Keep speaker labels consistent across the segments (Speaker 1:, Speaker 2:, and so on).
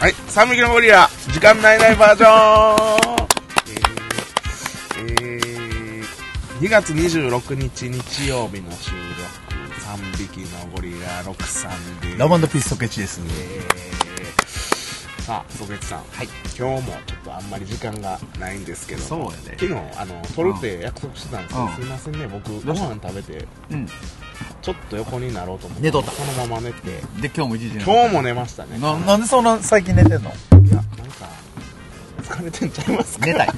Speaker 1: はい、三匹のゴリラ、時間ないないバージョンえーえー、2月26日日曜日の収録、三匹のゴリラ6さんで
Speaker 2: ラブピースソケチです。
Speaker 1: す。さあ、ソケツさん、
Speaker 2: はい。
Speaker 1: 今日もちょっとあんまり時間がないんですけど、
Speaker 2: そうやね
Speaker 1: 昨日、あの、撮るって約束してたんですけど、
Speaker 2: うん
Speaker 1: すいませんね、僕、ご
Speaker 2: どうした
Speaker 1: 飯食べて、
Speaker 2: うん。で、
Speaker 1: ちょっと横になろうと思って、
Speaker 2: 寝とった
Speaker 1: そのまま寝て、
Speaker 2: 今日も一時
Speaker 1: 今日も寝ましたね。
Speaker 2: な、なんでそんな最近寝てんの
Speaker 1: いや、なんか、疲れてんちゃいますか
Speaker 2: 寝たい。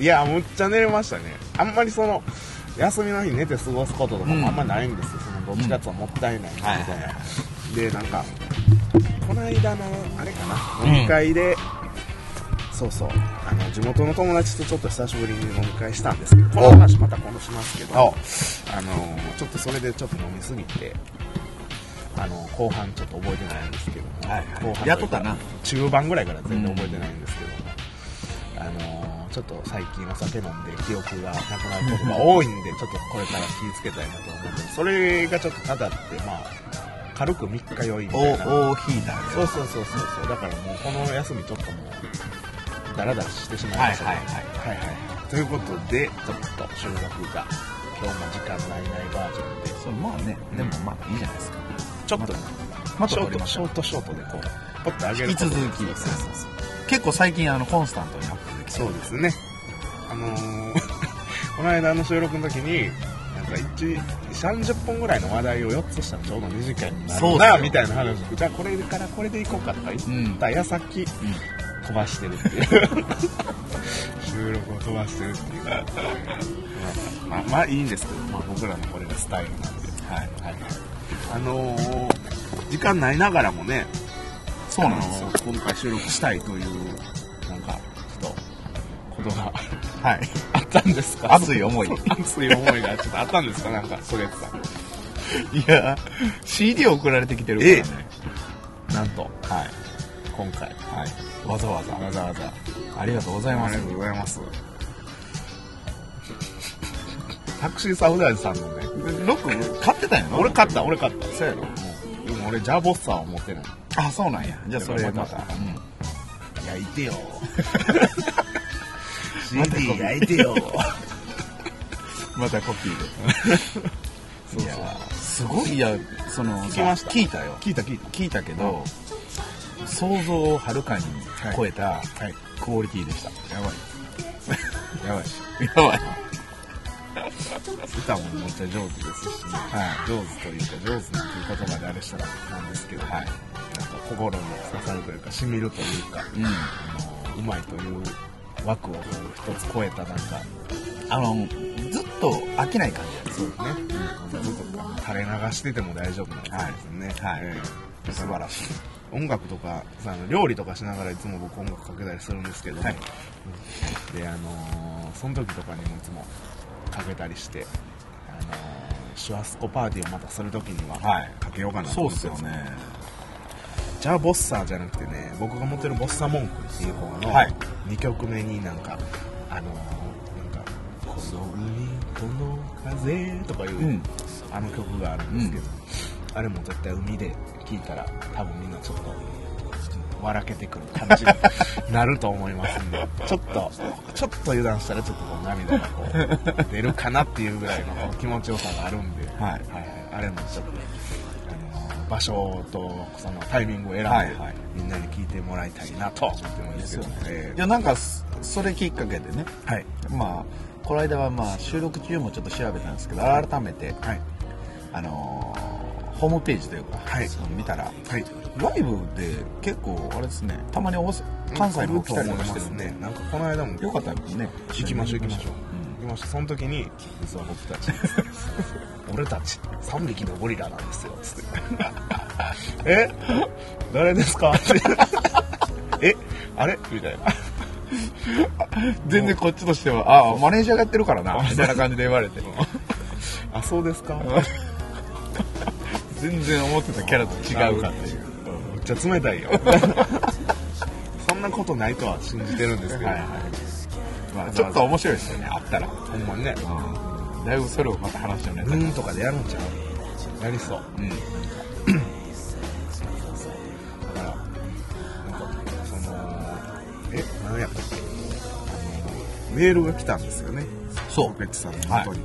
Speaker 1: いや、むっちゃ寝れましたね。あんまりその、休みの日寝て過ごすこととか
Speaker 2: うん
Speaker 1: もあんまないんですよ。その、どっちかっていうともったいないなみたいな。で、なんか、この間の、あれかな、
Speaker 2: うん
Speaker 1: 飲み会で、そうそう、あの、地元の友達とちょっと久しぶりに飲み会したんですけど、この話また今度しますけど、
Speaker 2: お
Speaker 1: あの、ちょっとそれでちょっと飲みすぎて、あの、後半ちょっと覚えてないんですけども、
Speaker 2: はいはい
Speaker 1: 後半
Speaker 2: やっとったな
Speaker 1: 中盤ぐらいから全然覚えてないんですけど、あのーちょっと最近お酒飲んで記憶がなくなることが多いんで、ちょっとこれから気をつけたいなと思って、それがちょっとただって、まあ、軽く3日酔いみたいな。
Speaker 2: お、おヒーター
Speaker 1: そうそうそうそうそう、だからもうこの休みちょっともう、ダラダラしてしまいました、ね。
Speaker 2: はいはい
Speaker 1: はいはいということで、ちょっと収録が、今日も時間ないないバージョンで、
Speaker 2: そう、まあね、でもまあいいじゃないですか。
Speaker 1: ちょっと、
Speaker 2: また
Speaker 1: ショ
Speaker 2: 撮
Speaker 1: ー
Speaker 2: り
Speaker 1: ト、
Speaker 2: まし
Speaker 1: ショ
Speaker 2: ょう。
Speaker 1: ートショートでこう、ポッと上げる
Speaker 2: 引き
Speaker 1: こと
Speaker 2: 続き。
Speaker 1: そうそうそう
Speaker 2: 結構最近、あの、コンスタントにアップできて
Speaker 1: そうですね。あのー この間の収録の時に、なんか1、30分ぐらいの話題を4つしたらちょうど2時間にな
Speaker 2: そう
Speaker 1: る
Speaker 2: っす
Speaker 1: な、
Speaker 2: よ
Speaker 1: みたいな話。じゃあこれからこれでいこうかとか言った矢先、
Speaker 2: うん。
Speaker 1: 飛ばしてるって いう。収録を飛ばしてるっていう。まあ、まあ、まあいいんですけど、まあ僕らのこれがスタイルなんで。
Speaker 2: はい。
Speaker 1: はい。あのー時間ないながらもね、
Speaker 2: そうなんですよ。
Speaker 1: あの今回収録したいという、なんか、ちょっと、ことが
Speaker 2: はい。
Speaker 1: あったんですか
Speaker 2: 熱い思い。
Speaker 1: 熱い思いがちょっとあったんですかなんか、それさん。
Speaker 2: いや、CD 送られてきてるからね。なんと、
Speaker 1: はい。今回。はい。
Speaker 2: わざわざ。
Speaker 1: わざわざ。
Speaker 2: ありがとうございます。
Speaker 1: とうございます。タクシーサウダージさんのね、
Speaker 2: ロック買ってたんやろ
Speaker 1: 俺買った、俺買った。
Speaker 2: そうやろ
Speaker 1: でも俺、ジャボッサーを持ってない。
Speaker 2: あ、そうなんや。じゃあそれまた。
Speaker 1: また
Speaker 2: うん
Speaker 1: 焼いてよ。
Speaker 2: CD 焼
Speaker 1: いて よ。
Speaker 2: またコピーでいやすごいいやその
Speaker 1: 聞きました
Speaker 2: 聞いたよ
Speaker 1: 聞いた聞いた。
Speaker 2: 聞いたけど、想像をはるかに超えた
Speaker 1: はい。
Speaker 2: クオリティでした、
Speaker 1: やばい。やばい。
Speaker 2: やばい
Speaker 1: 歌もめっちゃ上手ですし、はい、上手というか上手なんていう言葉であれしたらなんですけど、はい、なんか心に刺さるというか染みるというか、
Speaker 2: うん
Speaker 1: あのうまいという枠をこう一つ超えたなんか
Speaker 2: あのずっと飽きない感じ
Speaker 1: そうですね、うん、ずっと垂れ流してても大丈夫な感じですね、
Speaker 2: はい
Speaker 1: ええ
Speaker 2: や素晴らしい
Speaker 1: 音楽とかさあの料理とかしながらいつも僕音楽かけたりするんですけども、
Speaker 2: はい
Speaker 1: であのーその時とかにもいつもかけたりして、あのーシュワスコパーティーをまたする時には
Speaker 2: はい
Speaker 1: かけようかなと思ってます
Speaker 2: ね
Speaker 1: じゃあボッサーじゃなくてね僕が持ってるボッサーモンクっていう方の
Speaker 2: はい
Speaker 1: 2曲目になんか、あのーなんか「この海この風」とかいう、
Speaker 2: うん
Speaker 1: あの曲があるんですけど、あれも絶対海で聴いたら多分みんなちょっと笑けてくる感じになると思いますんで ちょっとちょっと油断したらちょっとこう涙がこう出るかなっていうぐらいのこう気持ちよさがあるんで、
Speaker 2: はい
Speaker 1: はいはいあれもちょっと。あの場所とそのタイミングを選んで、
Speaker 2: はいはい
Speaker 1: みんなに聞いてもらいたいなと思ってもいいですけどね。え
Speaker 2: いやなんかそそれきっかけでね
Speaker 1: ーはい
Speaker 2: まあこの間はまあ収録中もちょっと調べたんですけど改めて
Speaker 1: はい
Speaker 2: あのーホームページというか、
Speaker 1: はい
Speaker 2: その見たら
Speaker 1: はい。
Speaker 2: ライブで結構あれですねたまに大阪関西も来たりとかしてるんで、
Speaker 1: ね。なんかこの間も
Speaker 2: よかったらね
Speaker 1: 行きましょう行きましょう、
Speaker 2: う
Speaker 1: 行きましょうその時に実は僕た ち俺たち3匹のゴリラなんですよつってえ誰ですかってえあれみたいな
Speaker 2: うん全然こっちとしてはああマネージャーがやってるからなみたいな感じで言われて
Speaker 1: あそうですか
Speaker 2: 全然思ってたキャラと違うかっていう
Speaker 1: めっちゃ冷たいよ そんなことないとは信じてるんですけど、
Speaker 2: はいまあちょっと面白いですよねあったら
Speaker 1: ほんまにね
Speaker 2: だいぶそれをまた話してね
Speaker 1: うーんとかでやるんちゃうやりそう
Speaker 2: うん
Speaker 1: だからなんかその何やったっけあのメールが来たんですよね
Speaker 2: そう
Speaker 1: ペッチさんの元に、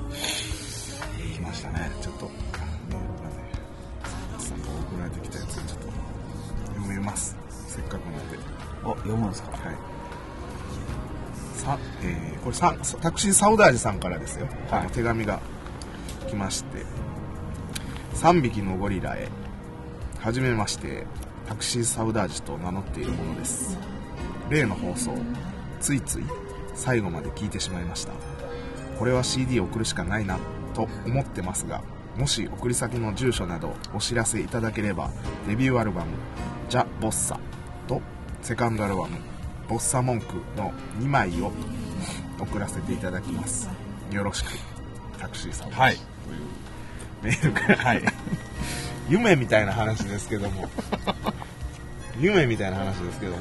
Speaker 2: 来ましたね
Speaker 1: ちょっとあのメールがねペッチさんが送られてきたやつをちょっと読めますせっかくなんで
Speaker 2: あ読むんですか
Speaker 1: はいさえーこれさタクシーサウダージさんからですよ、
Speaker 2: はい
Speaker 1: 手紙が来まして「3匹のゴリラへはじめましてタクシーサウダージと名乗っているものです」例の放送ついつい最後まで聞いてしまいましたこれは CD を送るしかないなと思ってますがもし送り先の住所などお知らせいただければデビューアルバム「ジャ・ボッサ」とセカンドアルバム「ボッサ文句」の2枚を送らせていただきますよろしくタクシーさんです
Speaker 2: はい
Speaker 1: メールから
Speaker 2: はい
Speaker 1: 夢みたいな話ですけども夢みたいな話ですけども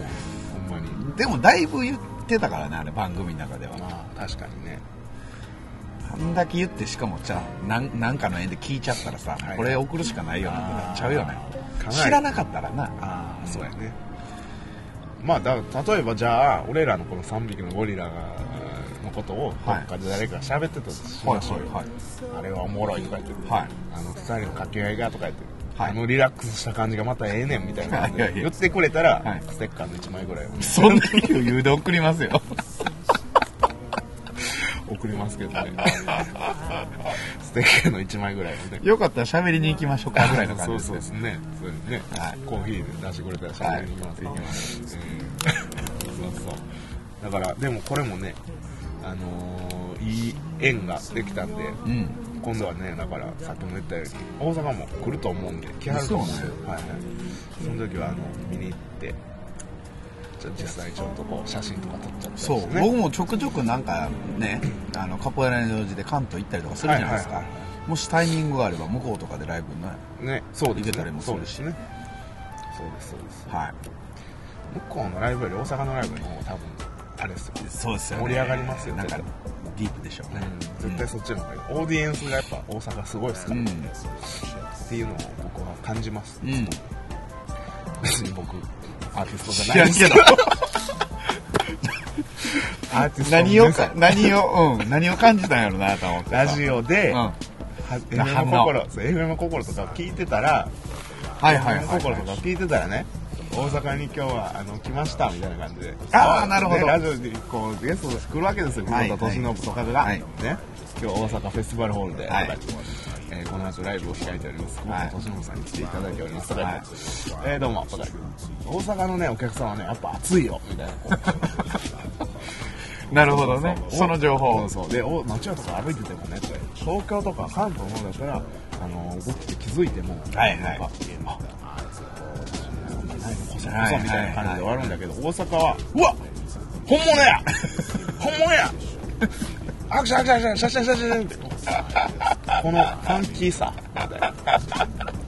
Speaker 1: ほんまに
Speaker 2: でもだいぶ言ってたからねあれ番組の中では
Speaker 1: まあ確かにね
Speaker 2: あんだけ言ってしかもじゃあなんなんかの縁で聞いちゃったらさ、
Speaker 1: はい
Speaker 2: これ送るしかないよなってなっちゃうよね
Speaker 1: かなり
Speaker 2: 知らなかったらな
Speaker 1: ああそうやねまあだ例えばじゃあ俺らのこの3匹のゴリラがのことをど
Speaker 2: はい
Speaker 1: っかで誰かが喋ってたとしましょうよ、
Speaker 2: はいはい
Speaker 1: あれはおもろいとか言って、
Speaker 2: はい
Speaker 1: あの2人の掛け合いがとか言って、
Speaker 2: はい
Speaker 1: あのリラックスした感じがまたええねんみたいなの
Speaker 2: いや
Speaker 1: で
Speaker 2: いや
Speaker 1: 言ってくれたら、
Speaker 2: はい
Speaker 1: ステッカーの1枚ぐらいを
Speaker 2: そんなに余裕で送ります よ
Speaker 1: 送りますけどね ステッカーの1枚ぐらいをね
Speaker 2: よかったら喋りに行きましょうかぐらいの感じ
Speaker 1: そう
Speaker 2: です
Speaker 1: そうですねそうですね、
Speaker 2: はい
Speaker 1: コーヒーで出してくれたらしゃべりに行き
Speaker 2: はい
Speaker 1: ます、うんそうそうだからでもこれもねあのーいい縁ができたんで
Speaker 2: うん
Speaker 1: 今度はねだからさっきも言ったように大阪も来ると思うんで来はると思うんですよ
Speaker 2: そ
Speaker 1: はいはいその時はあの見に行ってちょ実際にちょっとこう写真とか撮っちゃったり
Speaker 2: そう、
Speaker 1: してね
Speaker 2: 僕もちょくちょくなんかねあのカポエラの用事で関東行ったりとかするじゃないですか、
Speaker 1: はいはいは
Speaker 2: もしタイミングがあれば向こうとかでライブね
Speaker 1: ねそうです
Speaker 2: 行けたりもするし
Speaker 1: そうですねそうですそうです
Speaker 2: はい
Speaker 1: 向こうのライブより大阪のライブの方が多分あれですよ
Speaker 2: そうですよ、ね、
Speaker 1: 盛り上がりますよ
Speaker 2: なんか
Speaker 1: 絶
Speaker 2: ディープでしょうね、
Speaker 1: うん絶対そっちの方がいい、オーディエンスがやっぱ大阪すごいですから、
Speaker 2: うん
Speaker 1: っていうのを僕は感じます、
Speaker 2: うん
Speaker 1: 別に僕アーティストじゃ
Speaker 2: 知
Speaker 1: ない
Speaker 2: ら
Speaker 1: で
Speaker 2: ん
Speaker 1: す
Speaker 2: けど
Speaker 1: アーティスト
Speaker 2: 何を
Speaker 1: です
Speaker 2: か何をうん何を感じたんやろなと思って
Speaker 1: ラジ
Speaker 2: オ
Speaker 1: オで、
Speaker 2: うん
Speaker 1: は
Speaker 2: は
Speaker 1: FM 心そう FM 心とか聞いてたら、
Speaker 2: いはいはい、
Speaker 1: FM 心とか聞いてたらね大阪に今日はあの来ましたみたいな感じで
Speaker 2: あーなるほど
Speaker 1: ねラジオにこうゲストとして来るわけですよ久
Speaker 2: はい
Speaker 1: 保田敏信とかが、
Speaker 2: はい
Speaker 1: ね、今日大阪フェスティバルホールで、
Speaker 2: はい
Speaker 1: とかえーこの後ライブを開いております久保
Speaker 2: は
Speaker 1: 田
Speaker 2: い
Speaker 1: 敏信さんに来ていただいておりますとか、
Speaker 2: はい
Speaker 1: えーどうもとか大阪のねお客さんはねやっぱ熱いよみたいなこう
Speaker 2: なるほどねその情報
Speaker 1: そうそうでお街をとか歩いててもね東京とか関東の方だからあの動きって気づいても
Speaker 2: はいはい
Speaker 1: なんかあそんなないのこそこ
Speaker 2: はい
Speaker 1: そ
Speaker 2: はい
Speaker 1: みたいな感じで終わるんだけど大阪はうわ本物や 本物やアクションアクションアクションシャシャシャシャシャってこのファンキーさみたいな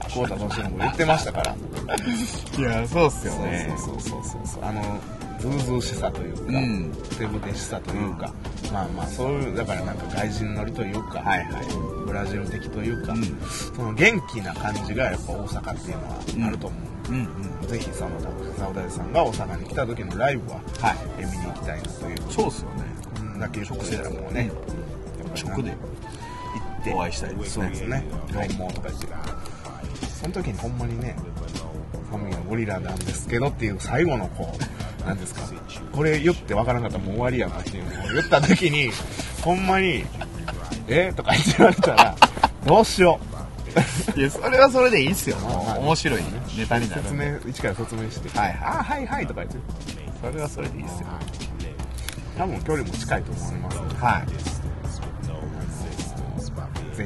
Speaker 1: 久保田敏信も言ってましたから
Speaker 2: いやそうっすよね
Speaker 1: そうそうそうそうそうあのずうずうしさというか、
Speaker 2: うん
Speaker 1: 手ぶてしさというか、まあまあそういうだからなんか外人乗りというか、
Speaker 2: はいはい
Speaker 1: ブラジル的というか、
Speaker 2: うん
Speaker 1: その元気な感じがやっぱ大阪っていうのはあると思う、
Speaker 2: うんうん
Speaker 1: ぜひその澤田さんが大阪に来た時のライブは、
Speaker 2: はい
Speaker 1: え見に行きたいなという
Speaker 2: そうっすよね
Speaker 1: こんだけ言ってたらもうね、
Speaker 2: 直で
Speaker 1: 行って
Speaker 2: お会いしたいですね
Speaker 1: そうですねどうもとか言ってその時にほんまにね「ファミリーのゴリラなんですけど」っていう最後のこうなんですかこれ言ってわからなかったらもう終わりやなっていうのを言った時にほんまに「えとか言って言われたらどうしよ
Speaker 2: いやそれはそれでいいっすよ
Speaker 1: まあまあ
Speaker 2: 面白いネタ
Speaker 1: う
Speaker 2: になる
Speaker 1: 説
Speaker 2: んで
Speaker 1: 明一から説明して「
Speaker 2: はいはい
Speaker 1: あはいはい」とか言って
Speaker 2: それはそれでいいっすよ
Speaker 1: 多分距離も近いと思いますので
Speaker 2: はい
Speaker 1: ぜ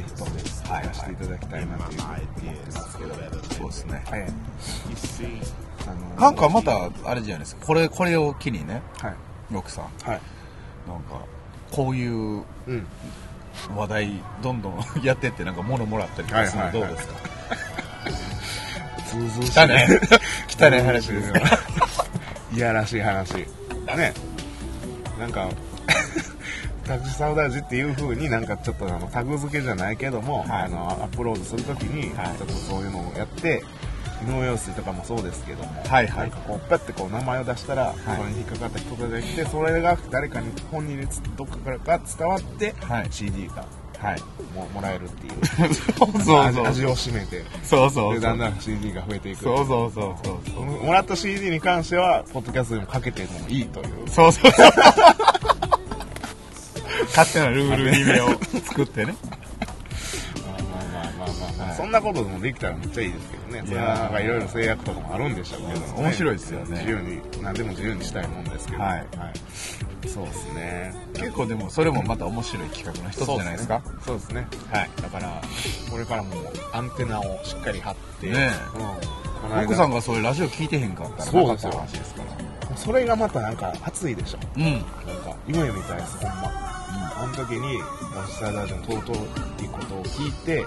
Speaker 1: ひとも
Speaker 2: はい
Speaker 1: やしていただきたいなというふうに思ってますけど、
Speaker 2: そうですね
Speaker 1: はい、あの
Speaker 2: なんかまたあれじゃないですかこれこれを機にね
Speaker 1: はい
Speaker 2: ロクさん
Speaker 1: はい
Speaker 2: なんかこういう
Speaker 1: うん
Speaker 2: 話題どんど んやってってなんか物もらったりとかするのどうですか、
Speaker 1: ずうずうしい
Speaker 2: 汚い汚い話ですか
Speaker 1: いやらしい話ねなんか タクシーサウダージっていう風になんかちょっとあのタグ付けじゃないけども、
Speaker 2: はい
Speaker 1: あのアップロードするときに
Speaker 2: はい
Speaker 1: ちょっとそういうのをやって、農用水とかもそうですけども、
Speaker 2: はいはい
Speaker 1: なんかこうペッてこう名前を出したら、それに引っかかった人がいてそれが誰かに本人につどっかからが伝わって、
Speaker 2: はい
Speaker 1: CD が
Speaker 2: はい。
Speaker 1: ももらえるって いう
Speaker 2: そうそう
Speaker 1: 味
Speaker 2: そう。
Speaker 1: 味を占めて
Speaker 2: そうそ
Speaker 1: で
Speaker 2: う。
Speaker 1: だんだん CD が増えていく
Speaker 2: そうそうそうそうそう。
Speaker 1: もらった CD に関してはポッドキャストでもかけてもいいという
Speaker 2: そ うそうそう。勝手なルール決めを作ってね。
Speaker 1: まあまあまあまあまあ、
Speaker 2: はい
Speaker 1: そんなことでもできたらめっちゃいいですけどねそれはなんかいろいろ制約とかもあるんでしょうけど、ね、
Speaker 2: うん面白いですよね
Speaker 1: 自由に何でも自由にしたいもんですけど
Speaker 2: はい
Speaker 1: そうですね
Speaker 2: 結構でもそれもまた面白い企画の一つじゃないですか。
Speaker 1: そうですね
Speaker 2: はい。
Speaker 1: だからこれからもアンテナをしっかり張って、
Speaker 2: ね
Speaker 1: うんこの間
Speaker 2: 奥さんがそういうラジオ聞いてへんかったら
Speaker 1: そうですよ
Speaker 2: なかった話ですから。
Speaker 1: それがまたなんか熱いでしょ
Speaker 2: うん。
Speaker 1: なんか今みたいですほんま、あの時に「スターダージョン」とうとういいことを聞いて
Speaker 2: う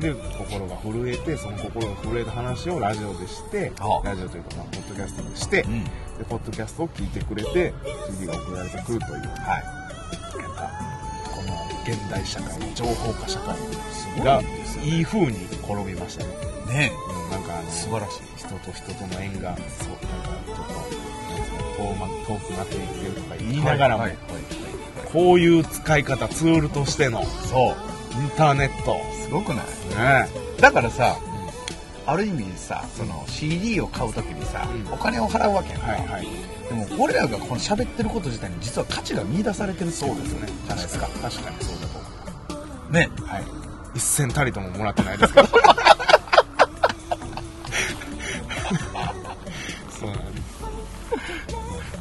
Speaker 1: で心が震えてその心が震えた話をラジオでして
Speaker 2: ああ
Speaker 1: ラジオというか、まあ、ポッドキャストでして、
Speaker 2: ん。うん。
Speaker 1: でポッドキャストを聞いてくれて CD が送られてくるというなんか
Speaker 2: はい。
Speaker 1: この現代社会情報化社会
Speaker 2: ごい
Speaker 1: が
Speaker 2: ですよね
Speaker 1: いい風に転びましたね、
Speaker 2: ね
Speaker 1: うん、なんかあの
Speaker 2: え素晴らしい。
Speaker 1: 人と人との縁がそうなんかちょっとなんつうの遠ま遠くなっていってるとか言いながらも、
Speaker 2: はいはい
Speaker 1: こういう使い方ツールとしてのイン
Speaker 2: そ
Speaker 1: ターネット
Speaker 2: う。すごくない
Speaker 1: ね
Speaker 2: だからさ、ある意味さ、その CD を買うときにさ、
Speaker 1: うん
Speaker 2: お金を払うわけやんか
Speaker 1: はいはい
Speaker 2: でも俺らがこの喋ってること自体に実は価値が見出されてるそうですね確
Speaker 1: 確か
Speaker 2: か
Speaker 1: 確かにそうだと思
Speaker 2: ね
Speaker 1: うはい一銭たりとももらってないです けどそうなんです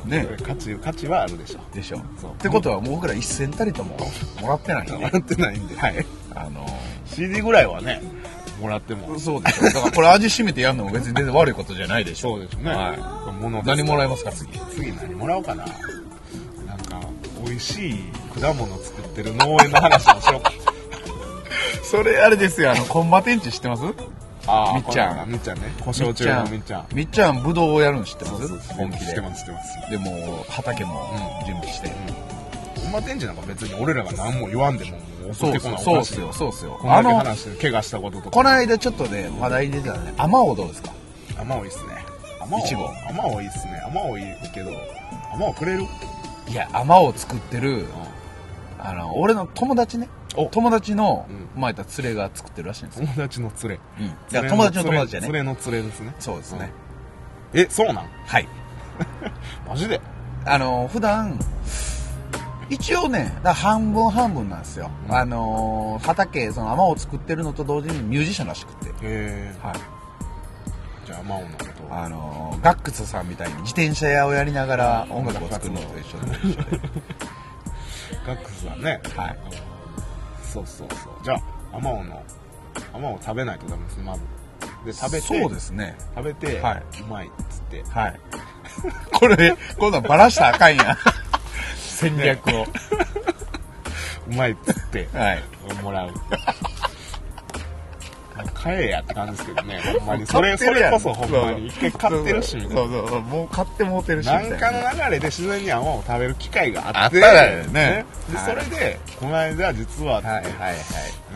Speaker 2: ね
Speaker 1: 価値価値はあるでしょ
Speaker 2: でしょ
Speaker 1: そう
Speaker 2: ってことはもう僕ら一銭たりとももらってないよ
Speaker 1: も
Speaker 2: ね
Speaker 1: らってないんで、はい、
Speaker 2: あの
Speaker 1: CD ぐらいはねもらっても
Speaker 2: そうでしょだからこれ味しめてやるのも別に全然悪いことじゃないでし
Speaker 1: そ
Speaker 2: ょ
Speaker 1: うですね、
Speaker 2: はい
Speaker 1: い、物
Speaker 2: 何もらえますか次
Speaker 1: 次何もらおうかななんか美味しい果物作ってる農園の話をしようか
Speaker 2: それあれですよあのコンバテンチ知ってます
Speaker 1: あ
Speaker 2: みっちゃん
Speaker 1: みっちゃんね故障中のみっちゃん
Speaker 2: みっちゃんぶどうをやるの知ってます本気
Speaker 1: し
Speaker 2: で
Speaker 1: てますしてます
Speaker 2: でもう畑も
Speaker 1: う
Speaker 2: 準備して、
Speaker 1: ほんま天地なんか別に俺らが何も言わんでももう送
Speaker 2: そ
Speaker 1: っ
Speaker 2: う
Speaker 1: てこない
Speaker 2: そう
Speaker 1: お
Speaker 2: っ
Speaker 1: かしい
Speaker 2: すよそうっすよ
Speaker 1: こん
Speaker 2: あ
Speaker 1: だけ
Speaker 2: の
Speaker 1: 話して怪我したこととか
Speaker 2: この間ちょっとね話題に出てたねアマオどうですか
Speaker 1: あまおいっすねあまおい
Speaker 2: いちご
Speaker 1: あまおいっすねあまおいけどあまおくれる
Speaker 2: いやアマオ作ってるあの俺の友達ね
Speaker 1: お
Speaker 2: 友達の、
Speaker 1: う
Speaker 2: まあ言ったら連れが作ってるらしいんですよ、
Speaker 1: 友達の連れ
Speaker 2: うん、だから友達の友達やね
Speaker 1: 連れの連れですね
Speaker 2: そうですね、
Speaker 1: えそうなん
Speaker 2: はい
Speaker 1: マジで
Speaker 2: あの普段一応ねだから半分半分なんですよ、
Speaker 1: うん
Speaker 2: あの畑そのアマオ作ってるのと同時にミュージシャンらしくて
Speaker 1: へえ
Speaker 2: はい
Speaker 1: じゃああまおのことを
Speaker 2: あのガックスさんみたいに自転車屋をやりながら音楽を作るのと一緒で
Speaker 1: ガックスはね
Speaker 2: はい
Speaker 1: そうそうそうじゃあアマオのアマオ食べないとダメですねまずで食べて
Speaker 2: そうですね
Speaker 1: 食べて、
Speaker 2: はいう
Speaker 1: まいっつって
Speaker 2: はいこれこんなんバラしたらあかんやん戦略を
Speaker 1: うまいっつって
Speaker 2: はい
Speaker 1: もらう買えやって感じですけどねほんまにそ
Speaker 2: 買
Speaker 1: れ
Speaker 2: って
Speaker 1: そ
Speaker 2: るや
Speaker 1: れ
Speaker 2: ん
Speaker 1: こそほんまに一回買ってるし
Speaker 2: そうそうそうそうもう買ってもうてるしみたい
Speaker 1: 何
Speaker 2: な
Speaker 1: かの流れで自然にアマオを食べる機会があって
Speaker 2: あったらね
Speaker 1: で
Speaker 2: はい
Speaker 1: それでこの間実はっつって、
Speaker 2: はいはいはい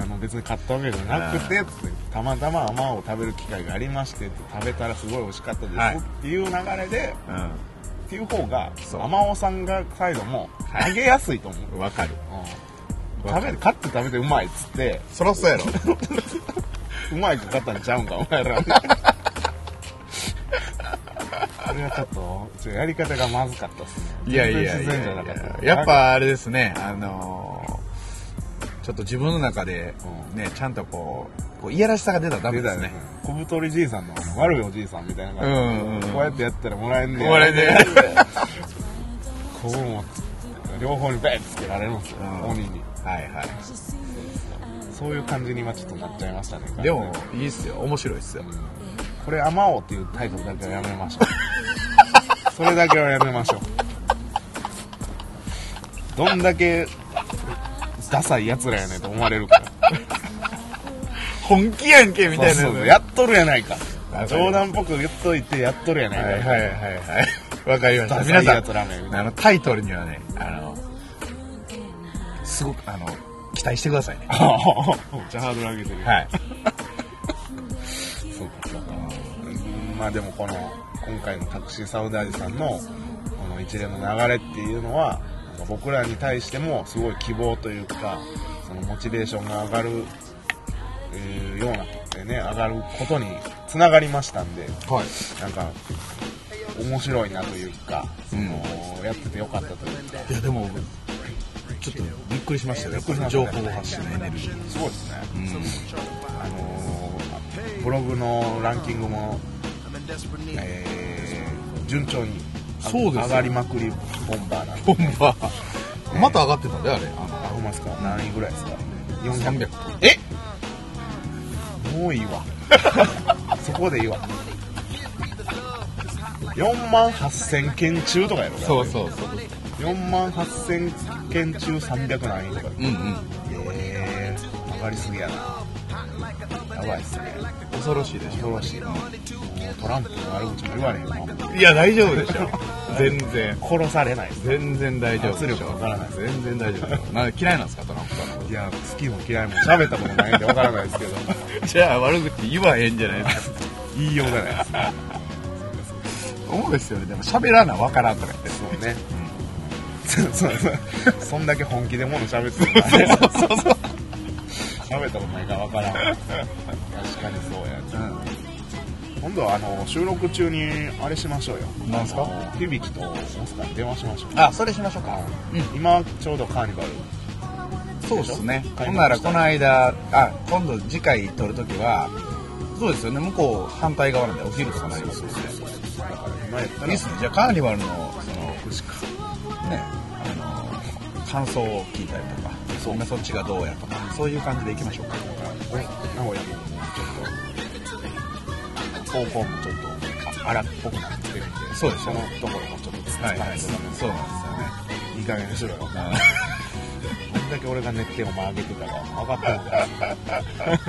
Speaker 1: あの別に買ったわけじゃなくてつってたまたまアマオを食べる機会がありましてって食べたらすごい美味しかったです、
Speaker 2: はい
Speaker 1: っていう流れで
Speaker 2: う
Speaker 1: っていう方が
Speaker 2: そう
Speaker 1: アマオさんが態度も上げやすいと思う、
Speaker 2: んわかる
Speaker 1: うん食べる買って食べてうまいっつって
Speaker 2: そらそうやろ
Speaker 1: うまいかかったんちゃうんかお前ら あれはちょっとちょっとやり方がまずかったっすね
Speaker 2: いやいやい
Speaker 1: 全然自然じゃなか
Speaker 2: や
Speaker 1: った
Speaker 2: やっぱあれですねあのーちょっと自分の中で
Speaker 1: うん
Speaker 2: ねちゃんとこうこういやらしさが出たらダメ
Speaker 1: 出
Speaker 2: で
Speaker 1: た
Speaker 2: す
Speaker 1: よね
Speaker 2: ね
Speaker 1: 小太りじいさんの悪いおじいさんみたいな感じで
Speaker 2: うんうんうん
Speaker 1: こうやってやったらもらえんねや
Speaker 2: もらえんねや
Speaker 1: こうも両方にベンつけられるんですよ、
Speaker 2: うん
Speaker 1: 鬼に
Speaker 2: はいは
Speaker 1: そういう感じに今ちょっとなっちゃいましたね
Speaker 2: いでもいいっすよ面白いっすよ
Speaker 1: これ「アマオ」っていうタイトルだけはやめましょ うそれだけはやめましょうどんだけダサいやつらやねんと思われるから
Speaker 2: 本気やんけみ
Speaker 1: そうそうやっとるやないか
Speaker 2: わかる
Speaker 1: 冗談っぽく言っといてやっとるやない
Speaker 2: は
Speaker 1: か、
Speaker 2: いはいはいはいわかりました
Speaker 1: ダサ
Speaker 2: 皆
Speaker 1: い
Speaker 2: さ
Speaker 1: やつ
Speaker 2: ん
Speaker 1: らめみたいな
Speaker 2: あのタイトルにはねあのすごくあの期待してくださいね
Speaker 1: めっちゃハードル上げてる、
Speaker 2: はい。そうかそうか
Speaker 1: うんまあでもこの今回のタクシーサウダージさんのこの一連の流れっていうのはなんか僕らに対してもすごい希望というかそのモチベーションが上がる、えーような、えーね、上がることにつながりましたんで
Speaker 2: はい
Speaker 1: なんか面白いなというか、そのやっててよかったというか
Speaker 2: いやでもちょっとびっくりしましたよやっぱり情報発信のエネルギー
Speaker 1: すごいですね、
Speaker 2: うん
Speaker 1: あのーブログのランキングも、えー順調に
Speaker 2: そうですよ
Speaker 1: 上がりまくりボンバーなんで
Speaker 2: ボンバーまた上がってたんだよあれ
Speaker 1: あのアホマスカは何位ぐらいですか
Speaker 2: 300
Speaker 1: えもういいわ そこでいいわ4万8000件中とかやろ
Speaker 2: そうそうそう
Speaker 1: 4万8000件中300何位とか
Speaker 2: うんうん
Speaker 1: えー、上がりすぎやなやばいっすね
Speaker 2: 恐ろしいでし
Speaker 1: 恐ろしいなもうトランプの悪口も言われへんない
Speaker 2: や大丈夫で しょ全然
Speaker 1: 殺されないです
Speaker 2: 全然大丈夫でしょ
Speaker 1: 圧力わからない
Speaker 2: 全然大丈夫でしょなんで嫌いなんですかトランプさんのこ
Speaker 1: いや好きも嫌いも喋ったことないんでわからないですけど
Speaker 2: とじゃあ悪口言わへんじゃないですか
Speaker 1: 言いようがないですね
Speaker 2: 思うですよねでも喋らなわからんとか言って
Speaker 1: そうね、 そうそうそうそんだけ本気でもの喋ってるからね喋ったことないからわからん確かにそうや、今度はあの収録中にあれしましょうよ
Speaker 2: なんすか
Speaker 1: あの響きとオスカーに電話しましょう
Speaker 2: あそれしましょうかう
Speaker 1: 今ちょうどカーニバル
Speaker 2: そうですね
Speaker 1: 買い
Speaker 2: ほん
Speaker 1: 物
Speaker 2: な
Speaker 1: した
Speaker 2: らこの間あ今度次回撮るときはそうですよね向こう反対側なんでお昼とかなりますよね
Speaker 1: だから今やった
Speaker 2: いい
Speaker 1: ら
Speaker 2: ですねじゃあカーニバルのその
Speaker 1: 福祉か
Speaker 2: ねあの感想を聞いたりとかそそっちがどうやとかそういう感じでいきましょうか
Speaker 1: 名古屋もちょっと方向もちょっと荒っぽくなってるんで
Speaker 2: そうです
Speaker 1: そ
Speaker 2: よ
Speaker 1: の
Speaker 2: ね
Speaker 1: ところもちょっとつつか
Speaker 2: はい
Speaker 1: な
Speaker 2: はいい
Speaker 1: と
Speaker 2: そ
Speaker 1: ダメ
Speaker 2: うなん
Speaker 1: で
Speaker 2: ですすよね
Speaker 1: いい加減にしろよこんだけ俺が熱点を上げてたら分かったのか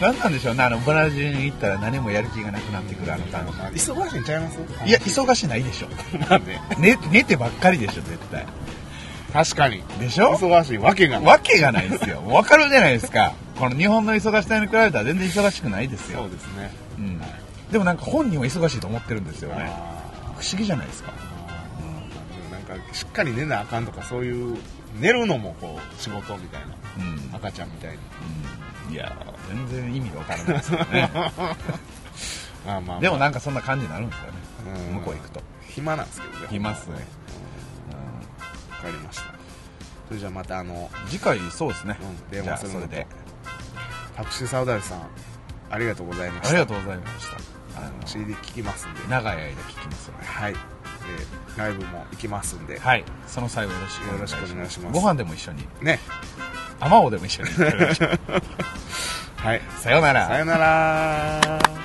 Speaker 2: 何なんでしょうねあのブラジルに行ったら何もやる気がなくなってくるあの感
Speaker 1: な忙しいんちゃいます
Speaker 2: じいや忙しないで しょ
Speaker 1: まあね
Speaker 2: 寝寝てばっかりでしょ絶対
Speaker 1: 確かに
Speaker 2: でしょ
Speaker 1: 忙しいわけがない
Speaker 2: わけがないですよわかるじゃないですかこの日本の忙しさに比べたら全然忙しくないです
Speaker 1: そ
Speaker 2: よ
Speaker 1: う、ですね
Speaker 2: うん、でもなんか本人は忙しいと思ってるんですよね
Speaker 1: あ
Speaker 2: 不思議じゃないですか
Speaker 1: ーなんかしっかり寝なあかんとかそういう寝るのもこう仕事みたいな
Speaker 2: うん、
Speaker 1: 赤ちゃんみたいに
Speaker 2: うんいや全然意味がわからないですよ ね
Speaker 1: まあまあまあ
Speaker 2: でもなんかそんな感じになるんですよね
Speaker 1: うん
Speaker 2: 向こう行くと
Speaker 1: 暇なんですけどね
Speaker 2: いますね、
Speaker 1: わかりましたそれじゃあまたあの
Speaker 2: うん、次回そうですね、
Speaker 1: うん電
Speaker 2: じゃ
Speaker 1: 話
Speaker 2: あ
Speaker 1: する
Speaker 2: そ
Speaker 1: の
Speaker 2: れ
Speaker 1: と
Speaker 2: で
Speaker 1: タクシーサウダルさんありがとうございました
Speaker 2: ありがとうございましたあの
Speaker 1: CD 聴きますんで
Speaker 2: 長い間聞きますよね
Speaker 1: はい、えーライブも行きますんで、
Speaker 2: はいその際はよろしくお願いし
Speaker 1: よろしくお願い
Speaker 2: ま
Speaker 1: し
Speaker 2: す
Speaker 1: ます
Speaker 2: ご飯でも一緒に
Speaker 1: ね
Speaker 2: あまおうでも一緒に
Speaker 1: はい
Speaker 2: さようなら
Speaker 1: さよなら